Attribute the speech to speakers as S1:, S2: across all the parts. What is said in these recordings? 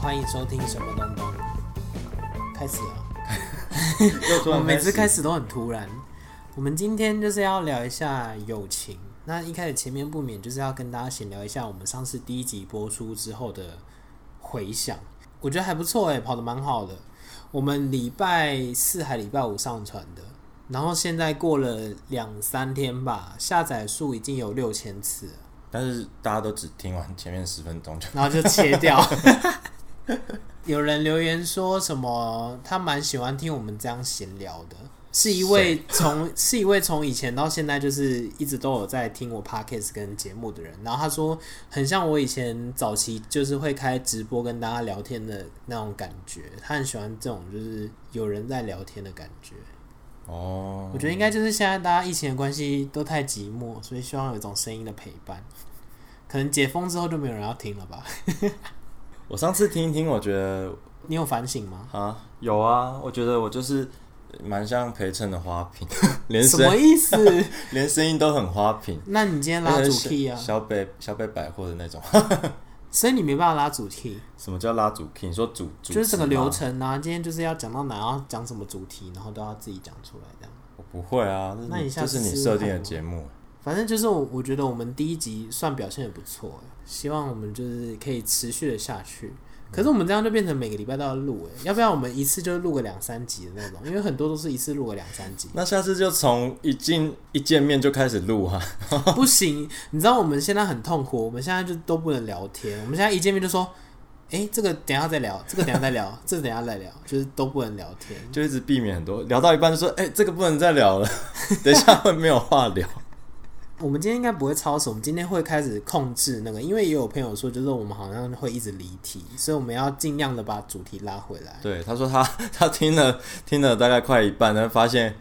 S1: 欢迎收听什么东东，开始了。
S2: 又突
S1: 我
S2: 然
S1: 每次开
S2: 始，
S1: 始都很突然。我们今天就是要聊一下友情。那一开始前面不免就是要跟大家闲聊一下我们上次第一集播出之后的回响，我觉得还不错哎、跑得蛮好的。我们礼拜四还礼拜五上传的，然后现在过了两三天吧，下载数已经有六千次了，
S2: 但是大家都只听完前面十分钟就
S1: 然后就切掉。 有人留言说什么，他蛮喜欢听我们这样闲聊的，是一位从是一位从以前到现在就是一直都有在听我 podcast 跟节目的人，然后他说很像我以前早期就是会开直播跟大家聊天的那种感觉，他很喜欢这种就是有人在聊天的感觉。
S2: 哦
S1: 我觉得应该就是现在大家疫情的关系都太寂寞，所以希望有一种声音的陪伴。可能解封之后就没有人要听了吧？
S2: 我上次听一听，我觉得
S1: 你有反省吗？
S2: 啊，有啊，我觉得我就是蛮像陪衬的花 瓶，连
S1: 什
S2: 声
S1: 么意思？
S2: 连声音都很花瓶，
S1: 那你今天拉
S2: 那
S1: 主
S2: 个是
S1: key 啊？
S2: 小北小北百货的那种。
S1: 所以你没办法拉主 key，
S2: 什么叫拉主 key？你说主主
S1: 就是整个
S2: 持吗
S1: 流程啊。今天就是要讲到哪，要讲什么主题，然后都要自己讲出来这样。
S2: 我不会啊，
S1: 那
S2: 这
S1: 你
S2: 是
S1: 下
S2: 这
S1: 次
S2: 是你
S1: 试试
S2: 设定的
S1: 看嘛
S2: 节目，，
S1: 反正就是我，我觉得我们第一集算表现也不错欸，希望我们就是可以持续的下去。可是我们这样就变成每个礼拜都要录，哎，要不然我们一次就录个两三集的那种，因为很多都是一次录个两三集
S2: 那下次就从一进一见面就开始录啊。
S1: 不行。你知道我们现在很痛苦，我们现在就都不能聊天，我们现在一见面就说，哎、这个等一下再聊，这个等一下再聊， 这个等一下再聊，就是都不能聊天。
S2: 就一直避免很多，聊到一半就说：“哎、这个不能再聊了， 等一下会没有话聊。
S1: 我们今天应该不会超时，我们今天会开始控制那个，因为也有朋友说，就是我们好像会一直离题，所以我们要尽量的把主题拉回来”。
S2: 对，他说他他听了听了大概快一半，然后发现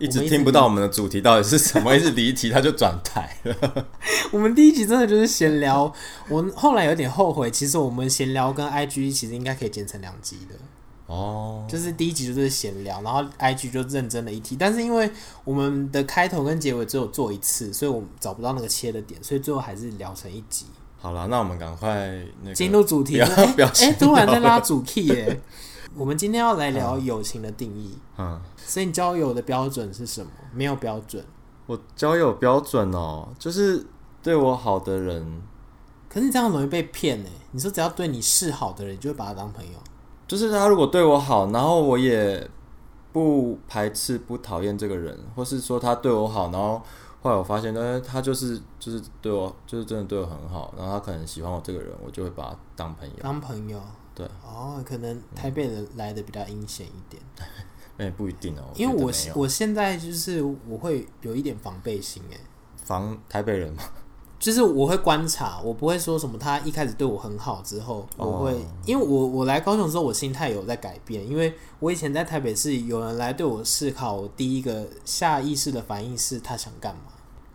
S2: 一
S1: 我们
S2: 直
S1: 一直
S2: 听不到我们的主题到底是什么，一直离题，他就转台了。
S1: 我们第一集真的就是闲聊，我后来有点后悔，其实我们闲聊跟 IG 其实应该可以剪成两集的，
S2: 哦，
S1: 就是第一集就是闲聊，然后 IG 就认真的一题，但是因为我们的开头跟结尾只有做一次，所以我们找不到那个切的点，所以最后还是聊成一集。
S2: 好了，那我们赶快那
S1: 进
S2: 个
S1: 入主题，
S2: 不要
S1: 哎
S2: 不要
S1: 哎，
S2: 闲
S1: 突然在
S2: 聊
S1: 拉主 key 耶、 我们今天要来聊友情的定义。
S2: 嗯，
S1: 所以你交友的标准是什么？没有标准。
S2: 我交友标准哦，就是对我好的人，
S1: 可是你这样容易被骗呢、你说只要对你示好的人，你就会把他当朋友。
S2: 就是他如果对我好，然后我也不排斥、不讨厌这个人，或是说他对我好，然后后来我发现，呃，他就是就是对我，就是真的对我很好，然后他可能喜欢我这个人，我就会把他当朋友。
S1: 当朋友。
S2: 对。
S1: 哦，可能台北人来的比较阴险一点，
S2: 那也不一定哦，
S1: 因为我
S2: 觉得没有
S1: 我现在就是我会有一点防备心哎、
S2: 防台北人嘛，
S1: 就是我会观察，我不会说什么。他一开始对我很好之后，我
S2: 哦
S1: 会、因为我我来高雄之后，我心态有在改变。因为我以前在台北市，有人来对我示好，我第一个下意识的反应是他想干嘛。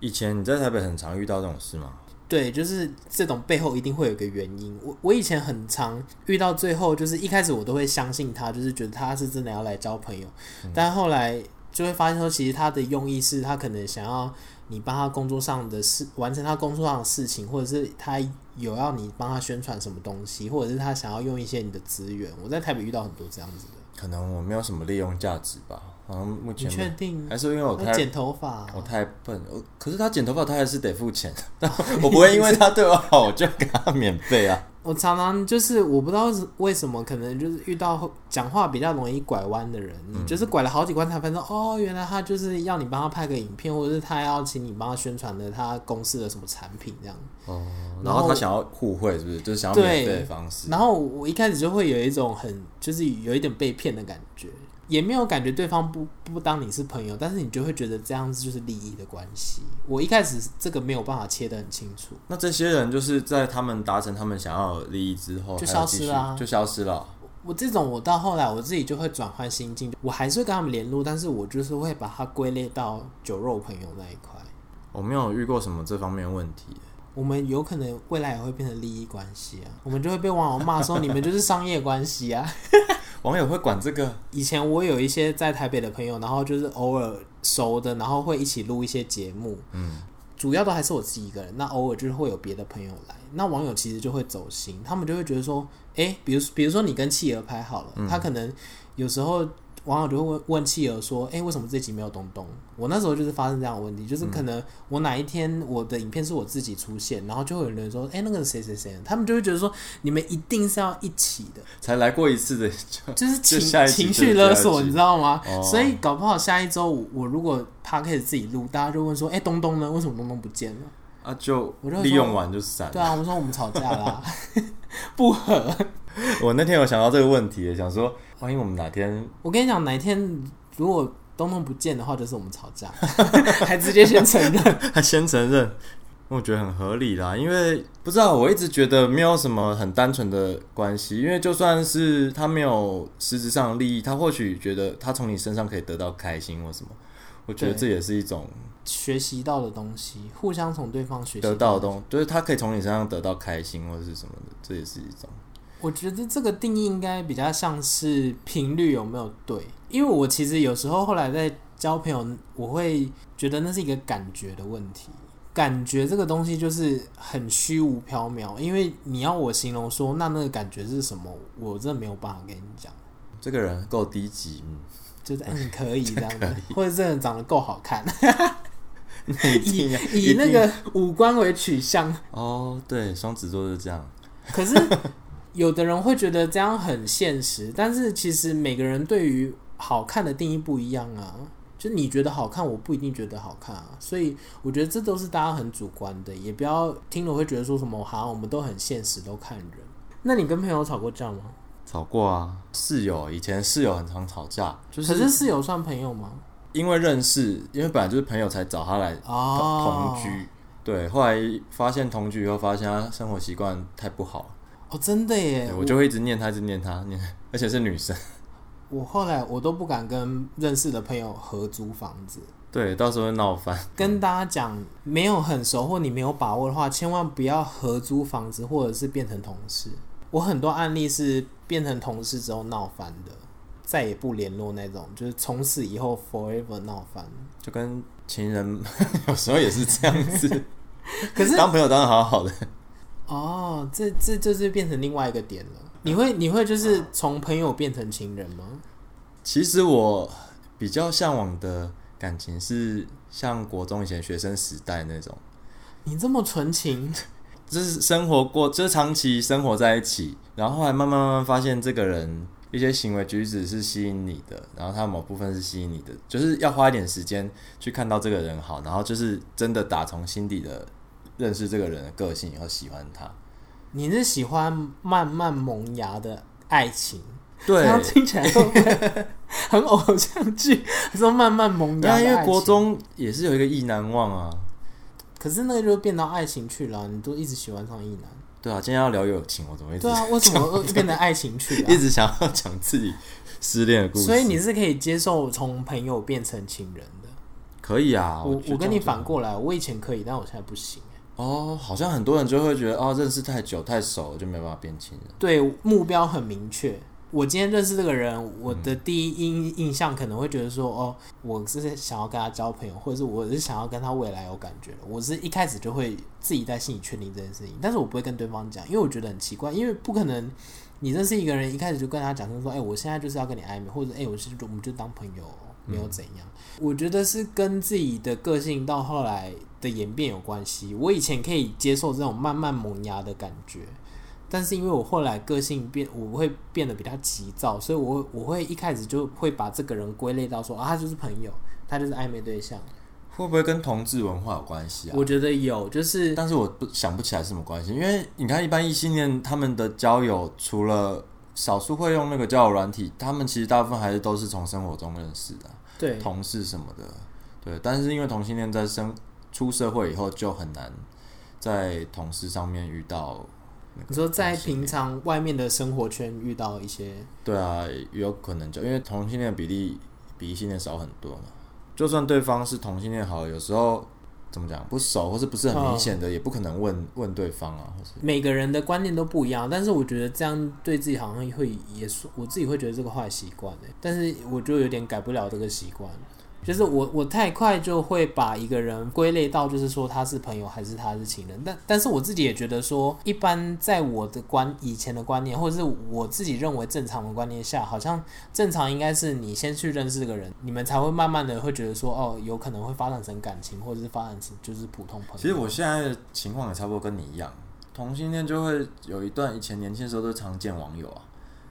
S2: 以前你在台北很常遇到这种事吗？
S1: 对，就是这种背后一定会有一个原因。我我以前很常遇到最后，就是一开始我都会相信他，就是觉得他是真的要来交朋友，
S2: 嗯
S1: 但后来就会发现说，其实他的用意是他可能想要你帮他工作上的事，完成他工作上的事情，或者是他有要你帮他宣传什么东西，或者是他想要用一些你的资源。我在台北遇到很多这样子的。
S2: 可能我没有什么利用价值吧，好像目
S1: 你
S2: 前
S1: 确定？
S2: 还是因为我
S1: 要
S2: 太
S1: 剪头发啊、
S2: 我太笨，我可是他剪头发他还是得付钱，但我不会因为他对我好，我就给他免费 啊。
S1: 我常常就是我不知道为什么，可能就是遇到讲话比较容易拐弯的人，你就是拐了好几关才发现哦，原来他就是要你帮他拍个影片，或者是他要请你帮他宣传的他公司的什么产品这样。
S2: 哦，
S1: 然
S2: 然
S1: 后
S2: 后他想要互惠，是不是？就是想要免费的方式。
S1: 然后我一开始就会有一种很就是有一点被骗的感觉，也没有感觉对方不不当你是朋友，但是你就会觉得这样子就是利益的关系。我一开始这个没有办法切得很清楚。
S2: 那这些人就是在他们达成他们想要的利益之后，
S1: 就
S2: 还有
S1: 消
S2: 继
S1: 失
S2: 续
S1: 了啊
S2: 就消失了。哦
S1: 我这种，我到后来我自己就会转换心境，我还是会跟他们联络，但是我就是会把它归类到酒肉朋友那一块。
S2: 我没有遇过什么这方面的问题，
S1: 我们有可能未来也会变成利益关系啊，我们就会被网友骂说你们就是商业关系啊。
S2: 网友会管这个
S1: 以前我有一些在台北的朋友，然后就是偶尔熟的，然后会一起录一些节目，嗯，主要都还是我自己一个人，那偶尔就是会有别的朋友来，那网友其实就会走心，他们就会觉得说，诶，比如比如说你跟企鹅拍好了，他可能有时候网友就会问问企鹅说，诶，为什么这集没有东东？我那时候就是发生这样的问题，就是可能我哪一天我的影片是我自己出现，然后就会有人说，诶，那个谁谁谁，他们就会觉得说，你们一定是要一起的，
S2: 才来过一次的就
S1: 就是情
S2: 下一集
S1: 情
S2: 就是
S1: 绪
S2: 第
S1: 勒
S2: 二
S1: 索，
S2: 集
S1: 你知道吗？
S2: 哦
S1: 所以搞不好下一周我我如果 p 开始自己录，大家就问说：“哎、东东呢？为什么东东不见了
S2: 啊就
S1: 我就说
S2: 利用完就？”散
S1: 对。啊，我们说我们吵架啦、 不合。
S2: 我那天有想到这个问题，想说万一我们哪 天
S1: 我跟你讲，哪天如果东东不见的话，就是我们吵架， 还直接先承认。
S2: 他先承认，我觉得很合理啦，因为不知道，我一直觉得没有什么很单纯的关系，因为就算是他没有实质上的利益，他或许觉得他从你身上可以得到开心或什么，我觉得
S1: 对
S2: 这也是一种
S1: 学习到的东西，互相从对方学习
S2: 得到的
S1: 的。
S2: 东就是他可以从你身上得到开心或者是什么的，这也是一种。
S1: 我觉得这个定义应该比较像是频率有没有对，因为我其实有时候后来在交朋友，我会觉得那是一个感觉的问题。感觉这个东西就是很虚无缥缈，因为你要我形容说那那个感觉是什么，我真的没有办法跟你讲。
S2: 这个人够低级，嗯
S1: 就是嗯，可以这 样子，或者这个人长得够好看，
S2: 那 一定要
S1: 以
S2: 一定
S1: 那个五官为取向，
S2: 哦，对，双子座就是这样，
S1: 可是有的人会觉得这样很现实，但是其实每个人对于好看的定义不一样啊。就你觉得好看，我不一定觉得好看啊。所以我觉得这都是大家很主观的，也不要听了会觉得说什么哈，我们都很现实，都看人。那你跟朋友吵过架吗？
S2: 吵过啊，室友以前室友很常吵架，就是
S1: 可是室友算朋友吗？
S2: 因为认识，因为本来就是朋友才找他来
S1: 哦，
S2: 同居。对，后来发现同居以后，发现他生活习惯太不好，
S1: 哦，真的耶
S2: 对！我就会一直念他，一直念他，念， 而且是女生。
S1: 我我后来我都不敢跟认识的朋友合租房子，
S2: 对，到时候会闹翻。
S1: 跟大家讲，没有很熟或你没有把握的话，千万不要合租房子，或者是变成同事。我很多案例是变成同事之后闹翻的，再也不联络那种，就是从此以后 forever 闹翻。
S2: 就跟情人 有时候也是这样子，
S1: 可是
S2: 当朋友当然好好的。
S1: 哦，这这就是变成另外一个点了。你会你会就是从朋友变成情人吗？
S2: 其实我比较向往的感情是像国中以前学生时代那种，
S1: 你这么纯情，
S2: 就是生活过，就是长期生活在一起，然后后来慢慢慢慢发现这个人一些行为举止是吸引你的，然后他某部分是吸引你的，就是要花一点时间去看到这个人好，然后就是真的打从心底的认识这个人的个性以后喜欢他。
S1: 你是喜欢慢慢萌芽的爱情？这，
S2: 对
S1: 样听起来会不会很偶像剧？说慢慢萌
S2: 对
S1: 芽
S2: 啊，
S1: 的
S2: 因为
S1: 爱
S2: 国
S1: 情
S2: 中也是有一个意难忘啊。
S1: 可是那个就变到爱情去了啊、你都一直喜欢上一男。
S2: 对啊，今天要聊友情，我怎么一直、
S1: 对啊，为什么会变成爱情去
S2: 一
S1: 啊？
S2: 直想要讲自己失恋的故事？
S1: 所以你是可以接受从朋友变成情人的。
S2: 可以啊，
S1: 我
S2: 觉得
S1: 我跟
S2: 这
S1: 你
S2: 样就好
S1: 反过来，我以前可以，但我现在不行。
S2: 哦，好像很多人就会觉得哦，认识太久太熟了就没办法变亲人。
S1: 对，目标很明确。我今天认识这个人，我的第一印印象可能会觉得说，哦，我是想要跟他交朋友，或者是我是想要跟他未来有感觉的。我是一开始就会自己在心里确定这件事情，但是我不会跟对方讲，因为我觉得很奇怪，因为不可能你认识一个人，一开始就跟他讲就是说，哎、我现在就是要跟你暧昧，或者哎、我是我们就当朋友，没有怎样。我觉得是跟自己的个性到后来的演变有关系。我以前可以接受这种慢慢萌芽的感觉，但是因为我后来个性变，我会变得比较急躁，所以我会我会一开始就会把这个人归类到说啊，他就是朋友，他就是暧昧对象。
S2: 会不会跟同志文化有关系啊？
S1: 我觉得有，就是
S2: 但是我不想不起来是什么关系，因为你看一般异性恋他们的交友，除了少数会用那个交友软体，他们其实大部分还是都是从生活中认识的啊，
S1: 对
S2: 同事什么的，对。但是因为同性恋在生出社会以后就很难在同事上面遇到那个同性恋，
S1: 你说在平常外面的生活圈遇到一些
S2: 对啊，有可能就因为同性恋比例比异性恋少很多嘛。就算对方是同性恋好了，有时候怎么讲不熟或是不是很明显的，也不可能问问对方啊，或是
S1: 每个人的观念都不一样，但是我觉得这样对自己好像会也是我自己会觉得这个坏习惯欸但是我就有点改不了这个习惯。就是我我太快就会把一个人归类到就是说他是朋友还是他是情人，但但是我自己也觉得说，一般在我的观以前的观念，或者是我自己认为正常的观念下，好像正常应该是你先去认识这个人，你们才会慢慢的会觉得说，哦，有可能会发展成感情，或者是发展成就是普通朋友。
S2: 其实我现在的情况也差不多跟你一样，同性恋就会有一段以前年轻的时候都常见网友啊。
S1: 嗯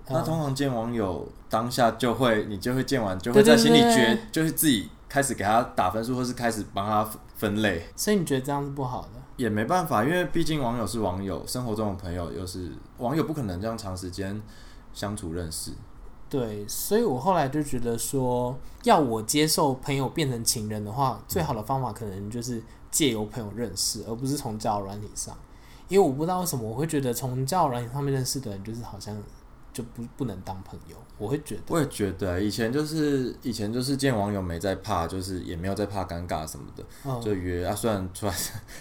S2: 那通常见网友当下就会，你就会见完就会
S1: 对对
S2: 在心里
S1: 对
S2: 觉，就是自己开始给他打分数，或是开始帮他分类，
S1: 所以你觉得这样是不好的？
S2: 也没办法，因为毕竟网友是网友，生活中的朋友又是网友，不可能这样长时间相处认识。
S1: 对，所以我后来就觉得说，要我接受朋友变成情人的话，最好的方法可能就是借由朋友认识，而不是从交友软体上。因为我不知道为什么我会觉得从交友软体上面认识的人，就是好像就不不能当朋友，我会觉得。
S2: 我也觉得以前就是以前就是见网友没在怕，就是也没有在怕尴尬什么的，
S1: 嗯，
S2: 就约啊。虽然出来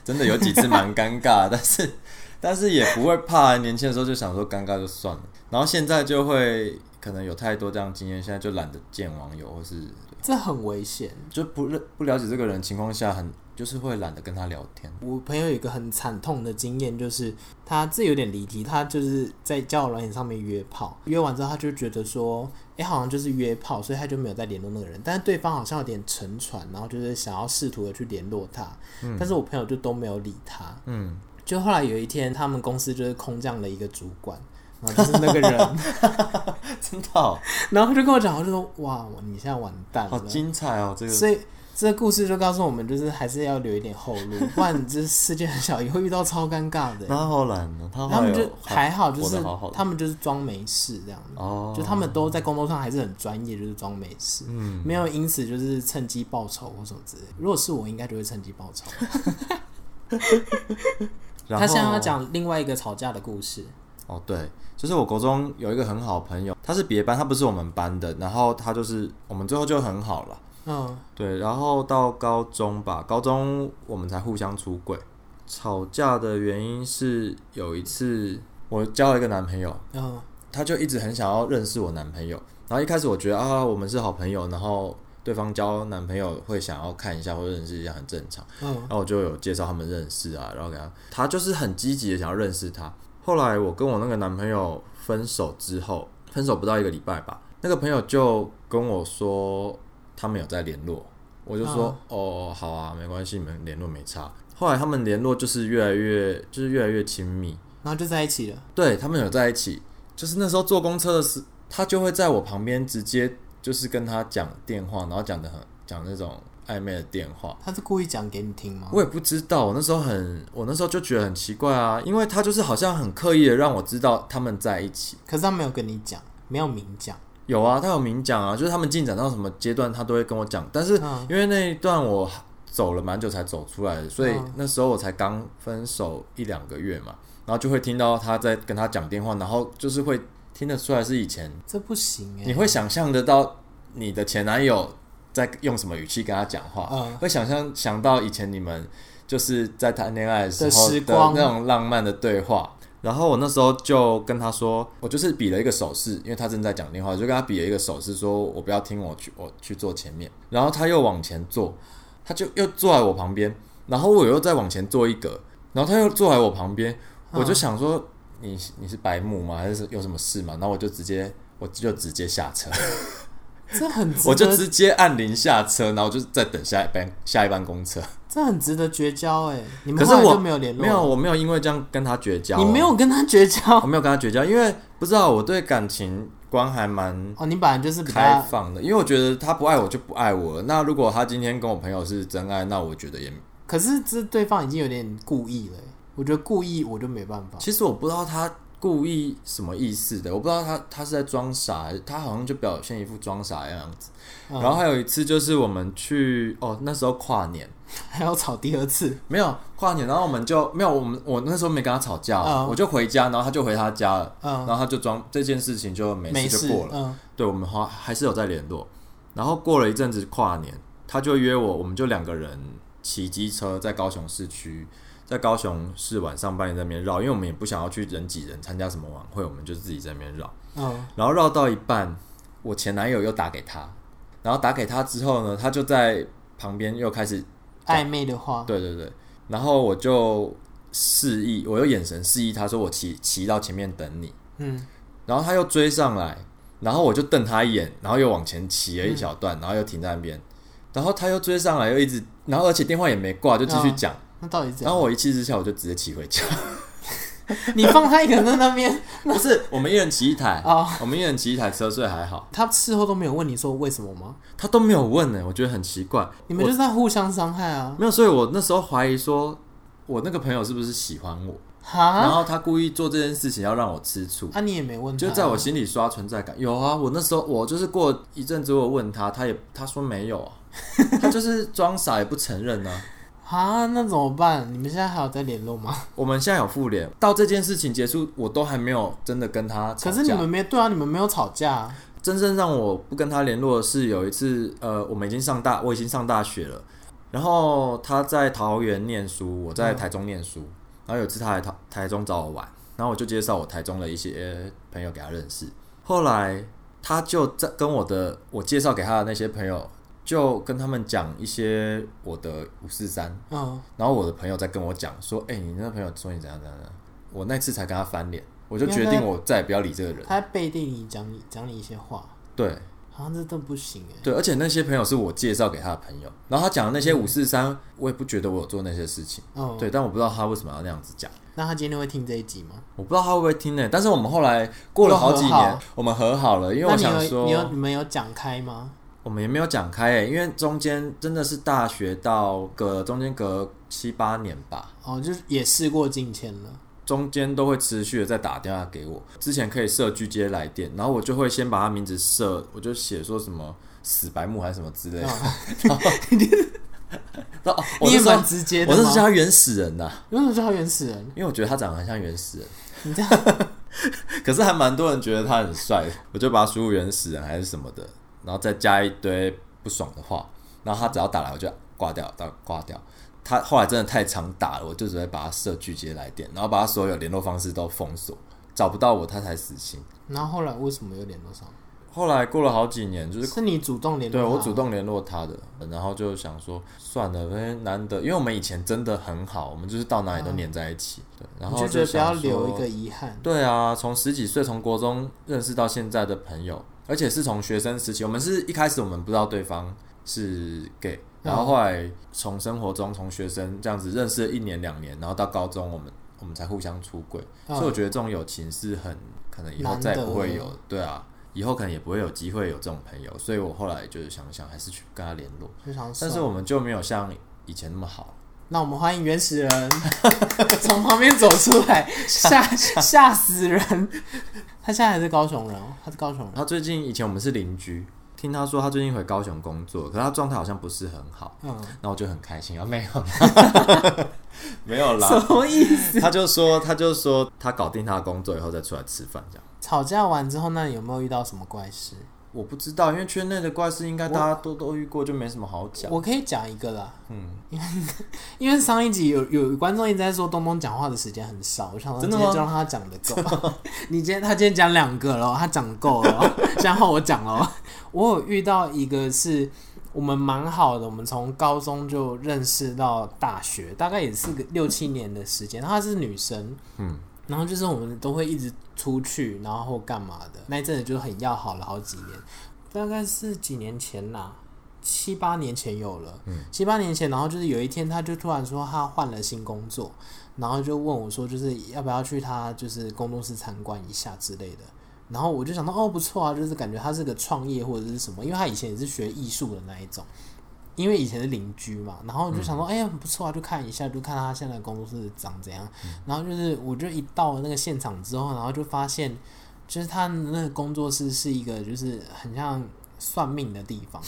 S2: 真的有几次蛮尴尬，但是但是也不会怕。年轻的时候就想说尴尬就算了，然后现在就会可能有太多这样的经验，现在就懒得见网友，或是
S1: 这很危险。
S2: 就不认不了解这个人的情况下很，就是会懒得跟他聊天。
S1: 我朋友有一个很惨痛的经验，就是他这有点离题，他就是在交友软件上面约炮，约完之后他就觉得说，哎、好像就是约炮，所以他就没有再联络那个人。但是对方好像有点沉船，然后就是想要试图的去联络他，但是我朋友就都没有理他。
S2: 嗯，
S1: 就后来有一天，他们公司就是空降了一个主管，然后就是那个人，
S2: 真的哦、
S1: 然后他就跟我讲，我就说，哇，你现在完蛋
S2: 好
S1: 了，
S2: 精彩哦，这个
S1: 所以这个故事就告诉我们，就是还是要留一点后 路，不然你这世界很小，也会遇到超尴尬的。
S2: 那他后来呢？他
S1: 他
S2: 后来
S1: 们
S2: 有
S1: 就还好，就
S2: 活
S1: 是
S2: 得好好的
S1: 他们就是装没事这样子，
S2: 哦，
S1: 就他们都在工作上还是很专业，就是装没事，
S2: 嗯，
S1: 没有因此就是趁机报仇或什么之类的。如果是我，应该就会趁机报仇。
S2: 然
S1: 他
S2: 后
S1: 现在要讲另外一个吵架的故事，
S2: 哦，对，就是我国中有一个很好的朋友，他是别班，他不是我们班的，然后他就是我们最后就很好了，
S1: 嗯，
S2: 对，然后到高中吧，高中我们才互相出轨，吵架的原因是有一次我交了一个男朋友，
S1: 嗯，
S2: 他就一直很想要认识我男朋友，然后一开始我觉得啊，我们是好朋友，然后对方交男朋友会想要看一下或认识一下，很正常。
S1: 嗯，
S2: 然后我就有介绍他们认识啊，然后给他，他就是很积极的想要认识他。后来我跟我那个男朋友分手之后，分手不到一个礼拜吧，那个朋友就跟我说他们有在联络，我就说、哦好啊，没关系，你们联络没差。后来他们联络就是越来越就是越来越亲密，
S1: 然后就在一起了。
S2: 对他们有在一起，就是那时候坐公车的时，他就会在我旁边直接就是跟他讲电话，然后讲的很讲那种暧昧的电话。
S1: 他是故意讲给你听吗？
S2: 我也不知道，我那时候很，我那时候就觉得很奇怪啊，因为他就是好像很刻意的让我知道他们在一起。
S1: 可是他没有跟你讲，没有明讲。
S2: 有啊，他有明讲啊，就是他们进展到什么阶段，他都会跟我讲。但是
S1: 嗯
S2: 因为那一段我走了蛮久才走出来的，所以
S1: 嗯
S2: 那时候我才刚分手一两个月嘛，然后就会听到他在跟他讲电话，然后就是会听得出来是以前，
S1: 这不行哎、
S2: 你会想象得到你的前男友在用什么语气跟他讲话，
S1: 嗯
S2: 会想象想到以前你们就是在谈恋爱的时候
S1: 的时光
S2: 那种浪漫的对话。然后我那时候就跟他说，我就是比了一个手势，因为他正在讲电话，我就跟他比了一个手势，说我不要听，我去我去坐前面。然后他又往前坐，他就又坐在我旁边，然后我又再往前坐一格，然后他又坐在我旁边，
S1: 嗯
S2: 我就想说你你是白目吗？还是有什么事吗？然后我就直接我就直接下车，
S1: 这很值得，
S2: 我就直接按铃下车，然后就再等下一班下一班公车。
S1: 这很值得绝交哎、你
S2: 可
S1: 们
S2: 是
S1: 后来
S2: 我
S1: 就没有联络
S2: 没
S1: 了，
S2: 有，我没有因为这样跟他绝交、哦
S1: 你没有，跟他绝交
S2: 我没有跟他绝交，因为不知道我对感情观还蛮
S1: 哦，你本来就是比
S2: 开
S1: 较
S2: 放的，因为我觉得他不爱我就不爱我了。那如果他今天跟我朋友是真爱，那我觉得也，
S1: 可是这对方已经有点故意了欸，我觉得故意我就没办法。
S2: 其实我不知道他故意什么意思的，我不知道他他是在装傻，他好像就表现一副装傻的样子。
S1: 嗯
S2: 然后还有一次就是我们去哦，那时候跨年。
S1: 还要吵第二次，
S2: 没有跨年，然后我们就没有我们我那时候没跟他吵架，
S1: 嗯
S2: 我就回家，然后他就回他家了，
S1: 嗯
S2: 然后他就装这件事情就没
S1: 没
S2: 事
S1: 事
S2: 就过了。
S1: 嗯，
S2: 对，我们还还是有在联络。然后过了一阵子跨年，他就约我，我们就两个人骑机车在高雄市区，在高雄市晚上半夜在那边绕，因为我们也不想要去人挤人参加什么晚会，我们就自己在那边绕。
S1: 嗯，
S2: 然后绕到一半，我前男友又打给他，然后打给他之后呢，他就在旁边又开始，
S1: 暧昧的话，
S2: 对对对，然后我就示意，我用眼神示意他说我骑骑到前面等你，
S1: 嗯，
S2: 然后他又追上来，然后我就瞪他一眼，然后又往前骑了一
S1: 嗯
S2: 小段，然后又停在那边，然后他又追上来，又一直，然后而且电话也没挂，就继续讲，
S1: 那到底怎哦
S2: 然
S1: 样？
S2: 后我一气之下我就直接骑回家，
S1: 你放他一个人在那边
S2: 不是，我们一人骑一台，
S1: 哦，
S2: 我们一人骑一台车，所以还好，
S1: 他事后都没有问你说为什么吗？
S2: 他都没有问呢、欸我觉得很奇怪，
S1: 你们就是在互相伤害啊！
S2: 没有，所以我那时候怀疑说，我那个朋友是不是喜欢我，然
S1: 哈，
S2: 后他故意做这件事情要让我吃醋，
S1: 啊，你也没问他，
S2: 就在我心里刷存在感。有啊，我那时候我就是过一阵子，我问他，他也他说没 有啊，他就是装傻也不承认啊。
S1: 哈，那怎么办？你们现在还有在联络吗？
S2: 我们现在有复联，到这件事情结束，我都还没有真的跟他
S1: 可
S2: 吵
S1: 是
S2: 架。
S1: 你们没对啊，你们没有吵架啊、
S2: 真正让我不跟他联络的是有一次，呃，我们已经上大，我已经上大学了，然后他在桃园念书，我在台中念书，然后有一次他来台台中找我玩，然后我就介绍我台中的一些朋友给他认识，后来他就在跟我的我介绍给他的那些朋友，就跟他们讲一些我的五四三，
S1: 嗯，
S2: 然后我的朋友在跟我讲说，哎、你那个朋友说你怎样怎样怎样，我那次才跟他翻脸，我就决定我再也不要理这个人，
S1: 他在背地里讲你讲你一些话，
S2: 对。
S1: 好像这都不行哎、
S2: 对，而且那些朋友是我介绍给他的朋友，然后他讲的那些五四三，我也不觉得我有做那些事情，
S1: 嗯哦，
S2: 对，但我不知道他为什么要那样子讲，
S1: 那他今天会听这一集吗？
S2: 我不知道他会不会听呢、但是我们后来过了好几
S1: 又和
S2: 年
S1: 好，
S2: 我们和好了，因
S1: 那
S2: 为我
S1: 你
S2: 想
S1: 有你有
S2: 说，
S1: 你们有讲开吗？
S2: 我们也没有讲开、欸，因为中间真的是大学到隔中间隔七八年吧，
S1: 哦，就是也事过境迁了。
S2: 中间都会持续的在打电话给我，之前可以设拒接来电，然后我就会先把他名字设，我就写说什么死白目还是什么之类的，
S1: 嗯
S2: 然后哦我
S1: 你
S2: 那
S1: 也
S2: 时候
S1: 蛮直接的
S2: 我那
S1: 吗
S2: 是？叫他原始人呐、
S1: 你为什么叫他原始人？
S2: 因为我觉得他长得很像原始人，
S1: 你这
S2: 可是还蛮多人觉得他很帅，我就把他输入原始人还是什么的，然后再加一堆不爽的话，然后他只要打来我就挂掉，到挂掉。他后来真的太常打了，我就只会把他设拒接来电，然后把他所有联络方式都封锁，找不到我他才死心。
S1: 然后后来为什么又联络上？
S2: 后来过了好几年，就是
S1: 是你主动联络
S2: 对
S1: 他？
S2: 我主动联络他的，然后就想说算了，因为难得，因为我们以前真的很好，我们就是到哪里都黏在一起，对，然
S1: 嗯
S2: 后
S1: 你就觉得不要
S2: 想
S1: 留一
S2: 说
S1: 个遗憾。
S2: 对啊，从十几岁从国中认识到现在的朋友，而且是从学生时期，我们是一开始我们不知道对方是 gay，
S1: 嗯
S2: 然后后来从生活中从学生这样子认识了一年两年，然后到高中我们我们才互相出轨，
S1: 嗯
S2: 所以我觉得这种友情是很可能以后
S1: 难
S2: 再也
S1: 得
S2: 不会
S1: 的
S2: 有，对啊，以后可能也不会有机会有这种朋友，所以我后来就是想想还是去跟他联络，
S1: 非常
S2: 但
S1: 算
S2: 是我们就没有像以前那么好。
S1: 那我们欢迎原始人 从旁边走出来，吓吓死人！他现在还是高雄人哦，他是高雄人。
S2: 他最近以前我们是邻居，听他说他最近回高雄工作，可是他状态好像不是很好，
S1: 嗯，
S2: 那我就很开心啊，没有， 没有
S1: 什
S2: 啦。
S1: 么意思？
S2: 他就说，他就说他搞定他的工作以后再出来吃饭这样。
S1: 吵架完之后，那你有没有遇到什么怪事？
S2: 我不知道，因为圈内的怪事应该大家都都遇过，就没什么好讲。
S1: 我可以讲一个啦，嗯，因为因为上一集有有观众一直在说东东讲话的时间很少，我想说
S2: 真
S1: 今
S2: 的
S1: 天
S2: 吗
S1: 就让他讲的够。 你今天他今天讲两个了，他讲够了， 现在换我讲了。 我有遇到一个是我们蛮好的，我们从高中就认识到大学，大概也是个六七年的时间。她是女生，
S2: 嗯，
S1: 然后就是我们都会一直出去，然后干嘛的，那一阵子就很要好了好几年，大概是几年前啦、七八年前有了，七八年前，然后就是有一天，她就突然说她换了新工作，然后就问我说，就是要不要去她就是工作室参观一下之类的。然后我就想到，哦，不错啊，就是感觉她是个创业或者是什么，因为她以前也是学艺术的那一种，因为以前是邻居嘛，然后我就想说，哎呀，很不错啊，就看一下，就看她现在的工作室长怎样。然后就是，我就一到那个现场之后，然后就发现，就是她的那个工作室是一个就是很像算命的地方。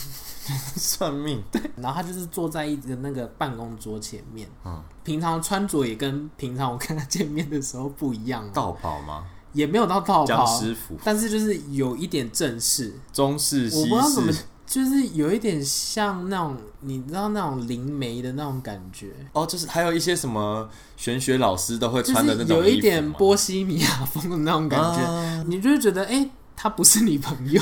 S2: 算命，
S1: 然后他就是坐在一个那个办公桌前面，
S2: 嗯
S1: 平常穿着也跟平常我跟他见面的时候不一样，啊
S2: 道跑吗？
S1: 也没有到道
S2: 江
S1: 袍，
S2: 师傅，
S1: 但是就是有一点正式，
S2: 中式、
S1: 我
S2: 西
S1: 不知道怎么
S2: 式。，
S1: 就是有一点像那种你知道那种灵媒的那种感觉，
S2: 哦，就是还有一些什么玄学老师都会
S1: 就
S2: 穿的那
S1: 是
S2: 种衣服吗，
S1: 有一点波西米亚风的那种感觉，
S2: 啊
S1: 你就会觉得哎、诶他不是你朋友，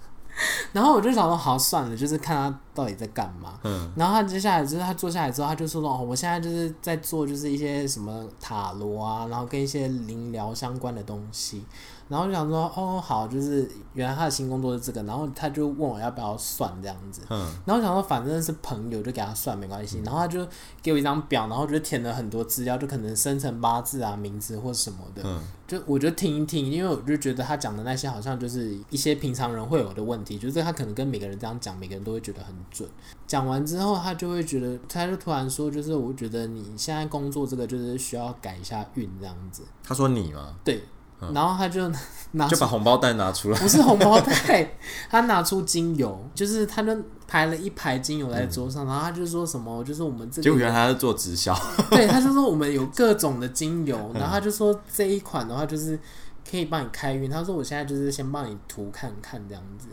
S1: 然后我就想说，好算了，就是看他到底在干嘛。
S2: 嗯，
S1: 然后他接下来就是他坐下来之后，他就说哦，我现在就是在做就是一些什么塔罗啊，然后跟一些灵疗相关的东西。然后我就想说哦，好，就是原来他的新工作是这个。然后他就问我要不要算这样子。
S2: 嗯，
S1: 然后我想说反正是朋友就给他算没关系。然后他就给我一张表，然后我就填了很多资料，就可能生辰八字啊、名字或什么的。
S2: 嗯
S1: 就我就听一听，因为我就觉得他讲的那些好像就是一些平常人会有的问题，就是他可能跟每个人这样讲，每个人都会觉得很准。讲完之后，他就会觉得，他就突然说，就是我觉得你现在工作这个就是需要改一下运这样子。
S2: 他说你嘛，
S1: 对，
S2: 嗯
S1: 然后他就拿
S2: 就
S1: 出
S2: 把红包袋拿出来。
S1: 不是红包袋，他拿出精油，就是他就排了一排精油在桌上，然后他就说什么，就是我们这
S2: 结
S1: 个
S2: 果原来他是做直销，
S1: 对，他就说我们有各种的精油，
S2: 嗯
S1: 然后他就说这一款的话就是可以帮你开运。他说我现在就是先帮你涂看看这样子，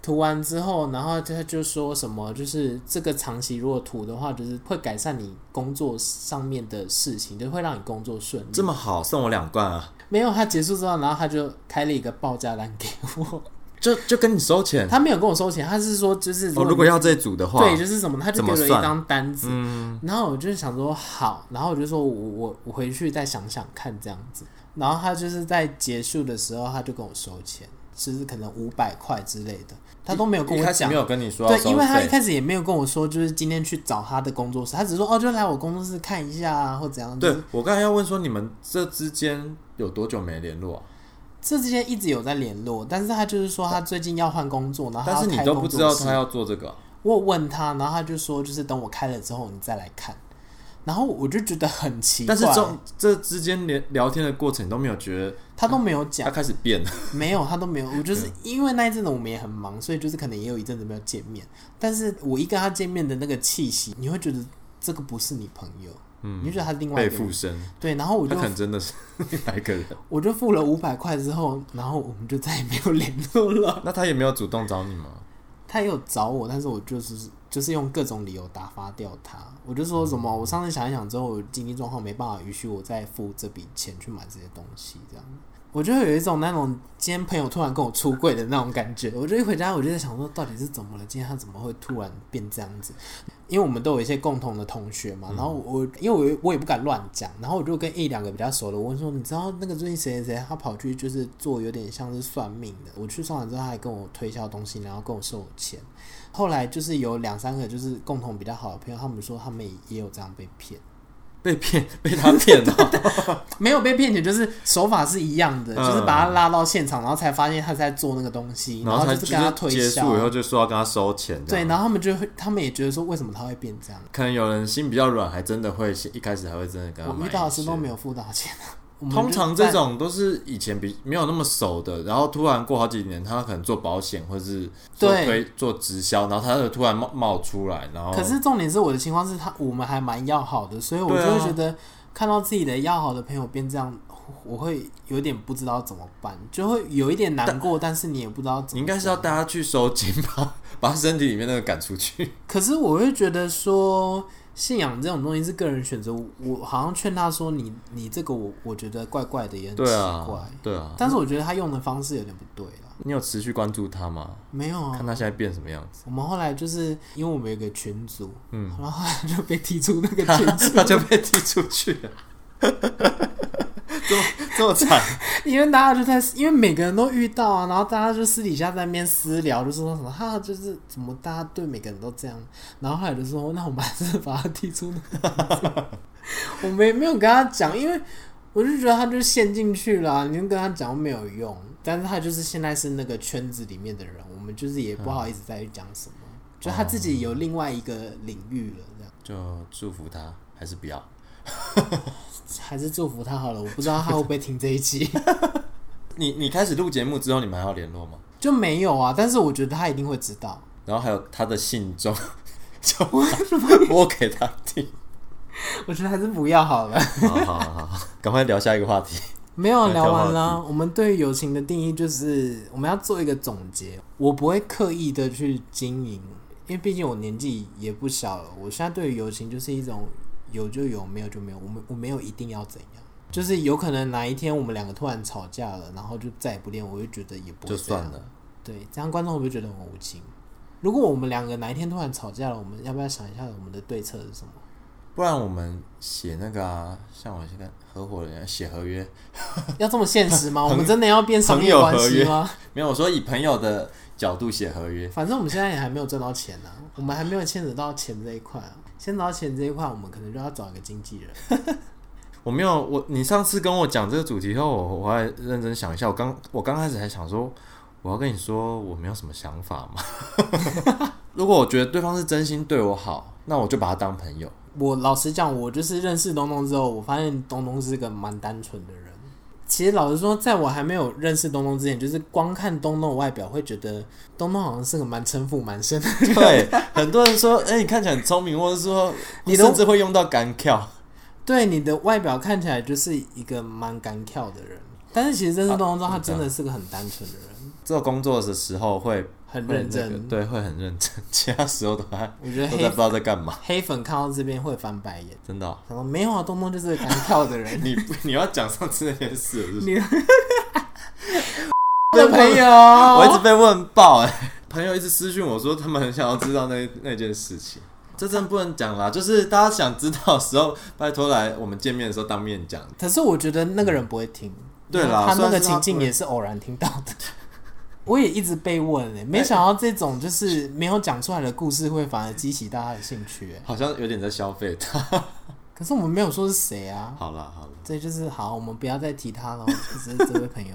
S1: 涂完之后，然后他就说什么就是这个长期如果涂的话，就是会改善你工作上面的事情，就会让你工作顺利。
S2: 这么好，送我两罐啊！
S1: 没有他结束之后，然后他就开了一个报价单给我，
S2: 就就跟你收钱。
S1: 他没有跟我收钱，他是说就是
S2: 嗯哦，如果要这组的话，
S1: 对，就是什么，他就
S2: 怎
S1: 给
S2: 么
S1: 了一
S2: 算嗯
S1: 张单子，然后我就想说好，然后我就说我我我回去再想想看这样子，然后他就是在结束的时候他就跟我收钱，就是可能五百块之类的，他都没有跟
S2: 一
S1: 我
S2: 开始
S1: 讲
S2: 没。有跟你说要
S1: 对，
S2: 收
S1: 因为他一
S2: 费，
S1: 开始也没有跟我说，就是今天去找他的工作室，他只是说哦，就来我工作室看一下啊，或怎样。就
S2: 对
S1: 是
S2: 我刚才要问说你们这之间有多久没联络啊？
S1: 这之间一直有在联络，但是他就是说他最近要换工作，然后他
S2: 但
S1: 要
S2: 是你
S1: 开
S2: 都
S1: 啊工
S2: 不知
S1: 作
S2: 道
S1: 室
S2: 他要做这个啊，
S1: 我有问他，然后他就说就是等我开了之后你再来看，然后我就觉得很奇怪，
S2: 但是这这之间聊聊天的过程你都没有觉得
S1: 他都没有
S2: 他
S1: 讲，
S2: 开始变了，
S1: 没有他都没有，我就是因为那一阵子我们也很忙，所以就是可能也有一阵子没有见面，但是我一跟他见面的那个气息，你会觉得这个不是你朋友，嗯，你就觉得他是另外一
S2: 被
S1: 个人
S2: 附，身，
S1: 对，然后我
S2: 他
S1: 就
S2: 可能真的是 另外一个人。
S1: 我就付了五百块之后，然后我们就再也没有联络了。
S2: 那他也没有主动找你吗？
S1: 他也有找我，但是我就是就是用各种理由打发掉他。我就说什么，我上次想一想之后，我经济状况没办法允许我再付这笔钱去买这些东西，这样。我就会有一种那种今天朋友突然跟我出柜的那种感觉。我就一回家，我就在想说，到底是怎么了？今天他怎么会突然变这样子？因为我们都有一些共同的同学
S2: 嗯
S1: 嘛，然后我因为我我也不敢乱讲，然后我就跟一两个比较熟的，我问说，你知道那个最近谁谁谁，他跑去就是做有点像是算命的，我去算完之后，他还跟我推销东西，然后跟我收我钱。后来就是有两三个就是共同比较好的朋友，他们说他们也也有这样被骗，
S2: 被骗， 被他 骗了。
S1: 没有被骗钱，就是手法是一样的，
S2: 嗯
S1: 就是把他拉到现场，然后才发现他在做那个东西，
S2: 然后才
S1: 就是跟他推
S2: 是结束以后
S1: 销。
S2: 就说要跟他收钱，
S1: 对，
S2: 这样
S1: 然后他们就会，他们也觉得说，为什么他会变这样？
S2: 可能有人心比较软，还真的会先一开始还会真的跟他
S1: 我
S2: 买
S1: 遇
S2: 一
S1: 到的
S2: 些
S1: 是都没有付到钱啊。我们就
S2: 通常这
S1: 在
S2: 种都是以前比没有那么熟的，然后突然过好几年，他可能做保险或是做
S1: 对
S2: 推做直销，然后他就突然冒冒出来，然后
S1: 可是重点是我的情况是他我们还蛮要好的，所以我
S2: 对
S1: 就
S2: 啊
S1: 会觉得看到自己的要好的朋友变这样，我会有点不知道怎么办，就会有一点难过，但是你也不知道怎么。
S2: 你应该是要带他去收金吧， 把他身体里面那个赶出去。
S1: 可是我会觉得说信仰这种东西是个人选择，我好像劝他说你你这个我我觉得怪怪的也很奇
S2: 对
S1: 怪，
S2: 啊，对啊，
S1: 但是我觉得他用的方式有点不对了。
S2: 你有持续关注他吗？
S1: 没有啊
S2: 看，他现在变什么样
S1: 我们后来就是因为我们有一个群组，嗯，然后后来就被踢出那个群组。
S2: 他就被踢出去了， 这么这么惨。
S1: 因为大家就在，因为每个人都遇到啊，然后大家就私底下在那边私聊，就说什么哈，就是怎么大家对每个人都这样，然后后来就说，那我们还是把他踢出那个房子 我没没有跟他讲，因为我就觉得他就陷进去了啊、你跟他讲又没有用，但是他就是现在是那个圈子里面的人，我们就是也不好意思再去讲什么，就他自己有另外一个领域了，这样
S2: 就祝福他，还是不要。
S1: 还是祝福他好了，我不知道他会不会听这一集。
S2: 你你开始录节目之后，你们还要联络吗？
S1: 就没有啊，但是我觉得他一定会知道。
S2: 然后还有他的信中， 就我给他听。
S1: 我觉得还是不要好了。
S2: 好好好好，赶快聊下一个话题。
S1: 没有啊聊完
S2: 那
S1: 啦，我们对友情的定义就是我们要做一个总结。我不会刻意的去经营，因为毕竟我年纪也不小了。我现在对于友情就是一种有就有，没有就没有。我们我没有一定要啊怎样，就是有可能哪一天我们两个突然吵架了，然后就再也不练，我就觉得也不会
S2: 就
S1: 这样
S2: 算了。
S1: 对，这样观众会不会觉得很无情？如果我们两个哪一天突然吵架了，我们要不要想一下我们的对策是什么？
S2: 不然我们写那个啊，像我现在合伙人写合约，
S1: 要这么现实吗？我们真的要变商业关系吗？
S2: 没有我说以朋友的角度写合约，
S1: 反正我们现在也还没有赚到钱呢、啊，我们还没有牵扯到钱这一块啊。牵扯到钱这一块，我们可能就要找一个经纪人。
S2: 我没有我你上次跟我讲这个主题后，我我还认真想一下，我刚我刚开始还想说，我要跟你说我没有什么想法嘛。 如果我觉得对方是真心对我好，那我就把他当 朋友。
S1: 我老实讲，我就是认识东东之后，我发现东东是个蛮单纯的人。其实老实说，在我还没有认识东东之前，就是光看东东的外表，会觉得东东好像是个蛮城府蛮深的人。
S2: 对，很多人说，哎、你看起来很聪明，或者说
S1: 你都
S2: 甚至会用到干跳。
S1: 对你的外表看起来就是一个蛮干跳的人，但是其实认识东东之后，他真的是个很单纯的人，
S2: 做工作的时候会
S1: 很
S2: 会
S1: 认
S2: 那个
S1: 真。
S2: 对，会很认真，其他时候都还
S1: 我觉得
S2: 都在
S1: 黑
S2: 不知道在干嘛，
S1: 黑粉看到这边会翻白眼，
S2: 真的哦、
S1: 他说没有啊，东东就是个干跳的人。
S2: 你你要讲上次那件事是不是
S1: 你的朋友，
S2: 我一直被问爆哎、朋友一直私讯我说他们很想要知道那那件事情，这真的不能讲啦，就是大家想知道的时候，拜托来我们见面的时候当面讲。
S1: 可是我觉得那个人不会听，
S2: 对啦
S1: 他那
S2: 虽然
S1: 个
S2: 是他
S1: 情境也是偶然听到的。我也一直被问诶、没想到这种就是没有讲出来的故事，会反而激起大家的兴趣、欸。
S2: 好像有点在消费他。
S1: 可是我们没有说是谁啊，
S2: 好啦好啦，
S1: 这就是好，我们不要再提他了，就是这位朋友。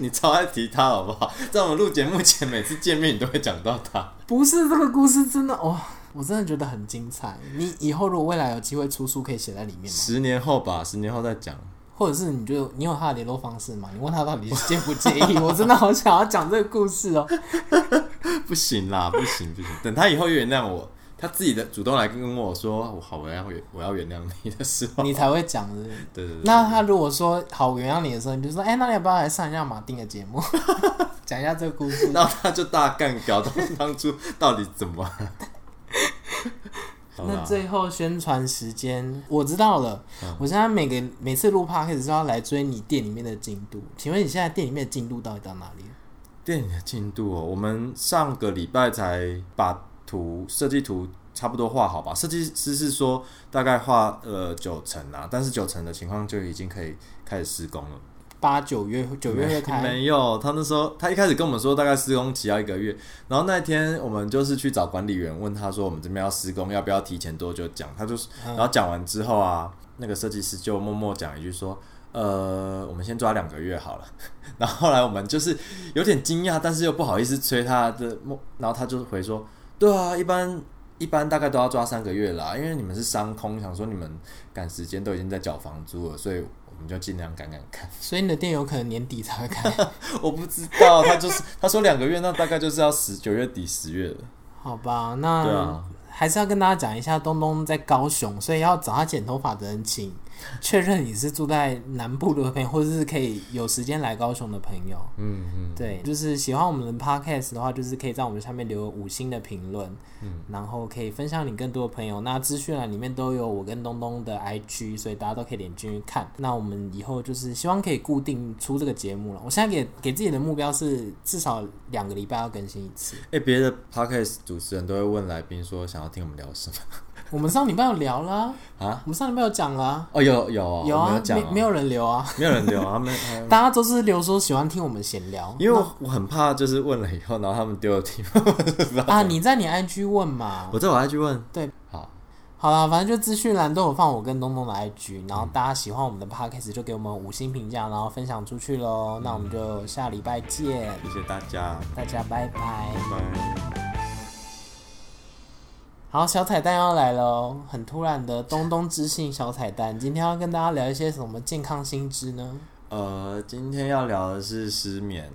S2: 你超爱提他好不好？在我们录节目前，每次见面你都会讲到他。
S1: 不是这个故事真的哦，我真的觉得很精彩。你以后如果未来有机会出书，可以写在里面吗？
S2: 十年后吧，十年后再讲。
S1: 或者是你就你有他的联络方式吗？你问他到底介不介 意？我真的好想要讲这个故事哦。
S2: 不行啦，不行不行，等他以后原谅我，他自己的主动来跟我说，我好，我要原我要原谅你的时候，
S1: 你才会讲是不是
S2: 对对对，
S1: 那他如果说好我原谅你的时候，你就说哎、那你要不要来上一下马丁的节目， 讲一下这个故事？
S2: 那他就大干搞到当初 到底怎 么？好
S1: 那
S2: 啦，嗯
S1: 最后宣传时间，我知道了。我现在每个每次录 p o d 都要来追你店里面的进度。请问你现在店里面的进度到底到哪里了？
S2: 电影的进度哦，我们上个礼拜才把图设计图差不多画好吧？设计师是说大概画呃九成啊，但是九成的情况就已经可以开始施工了。
S1: 八九月九月会开，
S2: 没有，他那时候他一开始跟我们说大概施工期要一个月，然后那天我们就是去找管理员问他说我们这边要施工要不要提前多久讲，他就是，
S1: 嗯
S2: 然后讲完之后啊，那个设计师就默默讲一句说。呃，我们先抓两个月好了。 然后后来我们就是有点惊讶，但是又不好意思催他的默，然后他就回说：“对啊，一般一般大概都要抓三个月啦，因为你们是商空，想说你们赶时间都已经在缴房租了，所以我们就尽量赶赶看。”
S1: 所以你的店有可能年底才会 开。
S2: 我不知道，他就是他说两个月，那大概就是要十九月底十月了。
S1: 好吧，
S2: 对
S1: 那
S2: 啊，
S1: 还是要跟大家讲一下，东东在高雄，所以要找他剪头发的人，请确认你是住在南部的朋友，或者是可以有时间来高雄的朋友。
S2: 嗯嗯，
S1: 对，就是喜欢我们的 podcast 的话，就是可以在我们下面留五星的评论，嗯，然后可以分享你更多的朋友。那资讯栏里面都有我跟东东的 IG，所以大家都可以点进去看。那我们以后就是希望可以固定出这个节目了。我现在给给自己的目标是至少两个礼拜要更新一次。
S2: 哎、别的 podcast 主持人都会问来宾说想要听我们聊什么
S1: 我们上礼拜有聊啦，
S2: 啊？
S1: 我们上礼拜有讲啦，
S2: 哦，有有、哦、
S1: 有
S2: 我没
S1: 啊
S2: 有，讲、
S1: 没没有人留啊，
S2: 没有人聊， 他们他们
S1: 大家都是留说喜欢听我们闲 聊。
S2: 因为我我很怕就是问了以后，然后他们丢了题目，
S1: 啊，你在你 IG 问嘛？
S2: 我在我 IG 问。
S1: 对，
S2: 好，
S1: 好啦，反正就资讯栏都有放我跟东东的 IG，然后大家喜欢我们的 podcast 就给我们五星评价，然后分享出去喽。那我们就下礼拜见，
S2: 谢谢大家，
S1: 大家拜拜。
S2: 拜拜。
S1: 好，小彩蛋要来喽，很突然的东东知性小彩蛋，今天要跟大家聊一些什么健康新知呢？
S2: 呃，今天要聊的是失眠，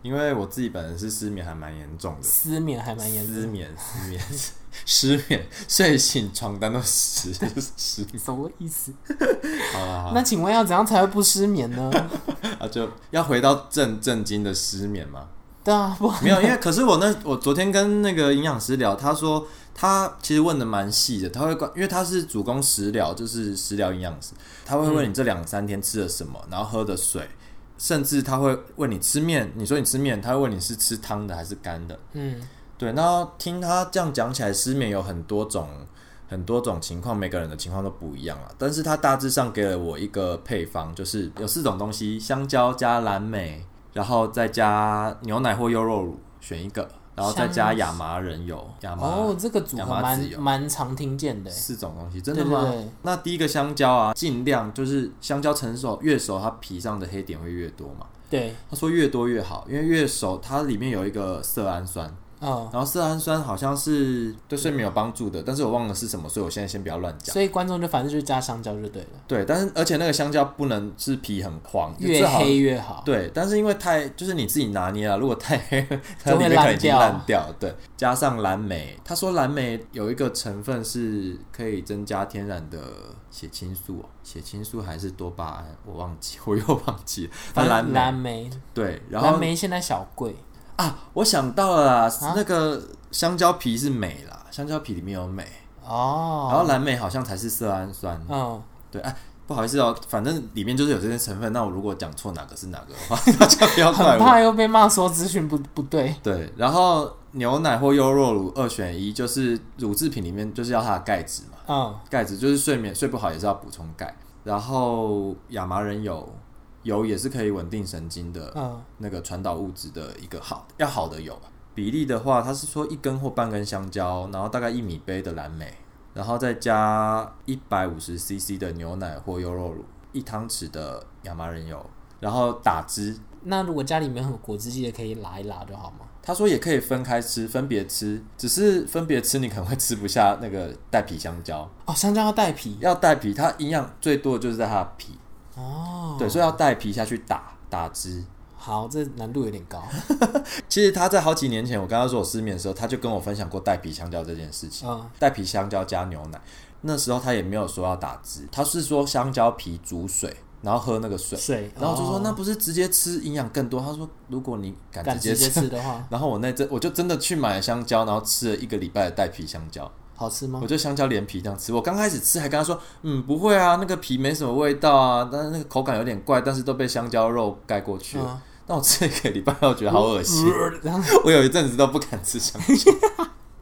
S2: 因为我自己本人是失眠还蛮严重的。
S1: 失眠还蛮严
S2: 失
S1: 重，
S2: 眠，失眠，失眠，睡醒床单都湿湿。
S1: 什么意思？
S2: 好了好
S1: 那请问要怎样才会不失眠呢？
S2: 了，啊就要回到正正经的失眠吗？
S1: 对啊，不
S2: 没有，因为可是我那我昨天跟那个营养师聊，他说他其实问的蛮细的，他会关，因为他是主攻食疗，就是食疗营养师，他会问你这两三天吃了什么，然后喝的水。甚至他会问你吃面，你说你吃面，他会问你是吃汤的还是干的。
S1: 嗯，
S2: 对，那听他这样讲起来，失眠有很多种很多种情况，每个人的情况都不一样啊。但是他大致上给了我一个配方，就是有四种东西：香蕉加蓝莓，然后再加牛奶或优酪乳，选一个，然后再加亚麻仁油。亚麻、
S1: 哦，这个组合
S2: 亚麻
S1: 蛮
S2: 籽油
S1: 蛮常听见的欸，
S2: 四种东西，真的吗？
S1: 对对对
S2: 那第一个香蕉啊，尽量就是香蕉成熟越熟，它皮上的黑点会越多嘛。
S1: 对，
S2: 他说越多越好，因为越熟它里面有一个色氨酸。
S1: 嗯，
S2: 然后色氨酸好像是对睡眠有帮助的，但是我忘了是什么，所以我现在先不要乱讲。
S1: 所以观众就反正就是加香蕉就对了，
S2: 对，但是而且那个香蕉不能是皮很黄，就最
S1: 越
S2: 好。
S1: 黑越好，
S2: 对，但是因为太就是你自己拿捏啊，如果太黑，它
S1: 就会
S2: 里面可能已经
S1: 烂掉
S2: 烂掉。对，加上蓝莓，他说蓝莓有一个成分是可以增加天然的血清素、哦，血清素还是多巴胺，我忘记， 我又忘记了。
S1: 反
S2: 反正蓝
S1: 正
S2: 莓
S1: 蓝莓，
S2: 对，然后
S1: 蓝莓啊现在小贵，
S2: 啊，我想到了啦，那个香蕉皮是镁啦，香蕉皮里面有镁，然
S1: 哦，
S2: 后蓝莓好像才是色氨酸。
S1: 嗯，
S2: 对，哎，不好意思哦，反正里面就是有这些成分。那我如果讲错哪个是哪个的话，大家不要怪
S1: 很
S2: 我。
S1: 怕又被骂说资讯不不对，
S2: 对，然后牛奶或优酪乳二选一，就是乳制品里面就是要它的钙质嘛，
S1: 嗯，
S2: 钙质就是睡眠睡不好也是要补充钙。然后亚麻仁油，油也是可以稳定神经的，
S1: 嗯，
S2: 那个传导物质的一个好要好的油吧。比例的话，它是说一根或半根香蕉，然后大概一米杯的蓝莓，然后再加一百五十 CC 的牛奶或优酪乳，一汤匙的亚麻仁油，然后打汁。
S1: 那如果家里面有果汁机的，可以拉一拉就好嘛。
S2: 他说也可以分开吃，分别吃，只是分别吃你可能会吃不下那个带皮香蕉，
S1: 哦，香蕉要带皮
S2: 要带皮，它营养最多的就是在它的皮，
S1: 哦，
S2: 对，所以要带皮下去打打汁。
S1: 好，这难度有点高，
S2: 其实他在好几年前，我跟他说我失眠的时候，他就跟我分享过带皮香蕉这件事情。
S1: 嗯，
S2: 带皮香蕉加牛奶，那时候他也没有说要打汁，他是说香蕉皮煮水，然后喝那个水。
S1: 水，
S2: 然后我就说、
S1: 哦
S2: 那不是直接吃营养更多？他说如果你敢
S1: 敢
S2: 直接
S1: 直
S2: 吃，
S1: 接吃的话，
S2: 然后我那阵我就真的去买了香蕉，然后吃了一个礼拜的带皮香蕉，
S1: 好吃吗
S2: 我？就香蕉连皮这样吃。我刚开始吃还跟他说，嗯，不会啊，那个皮没什么味道啊，但是那个口感有点怪，但是都被香蕉肉盖过去了。
S1: 嗯
S2: 但我吃了一个礼拜，我觉得好恶心。
S1: 然后
S2: 我有一阵子都不敢吃香蕉，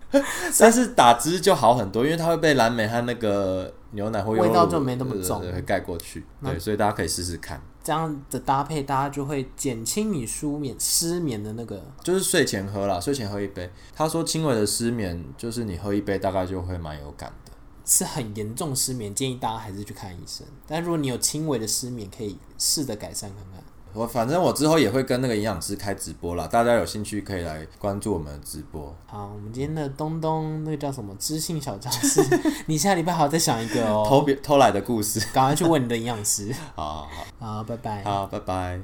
S2: 但是打汁就好很多，因为它会被蓝莓和那个牛奶或优酪乳
S1: 味道就没那么重
S2: 对对对会盖过去。
S1: 那
S2: 对，所以大家可以试试看，
S1: 这样的搭配，大家就会减轻你舒眠失眠的那个。
S2: 就是睡前喝啦，睡前喝一杯。他说轻微的失眠，就是你喝一杯大概就会蛮有感的。
S1: 是很严重失眠，建议大家还是去看医生。但如果你有轻微的失眠，可以试着改善看看。
S2: 我反正我之后也会跟那个营养师开直播啦，大家有兴趣可以来关注我们的直播。
S1: 好，我们今天的东东那个叫什么知性小教室， 你下礼拜好好再想一个哦，
S2: 偷别偷来的故事，
S1: 赶快去问你的营养师。
S2: 好好
S1: 好，拜拜。
S2: 好，好，拜拜。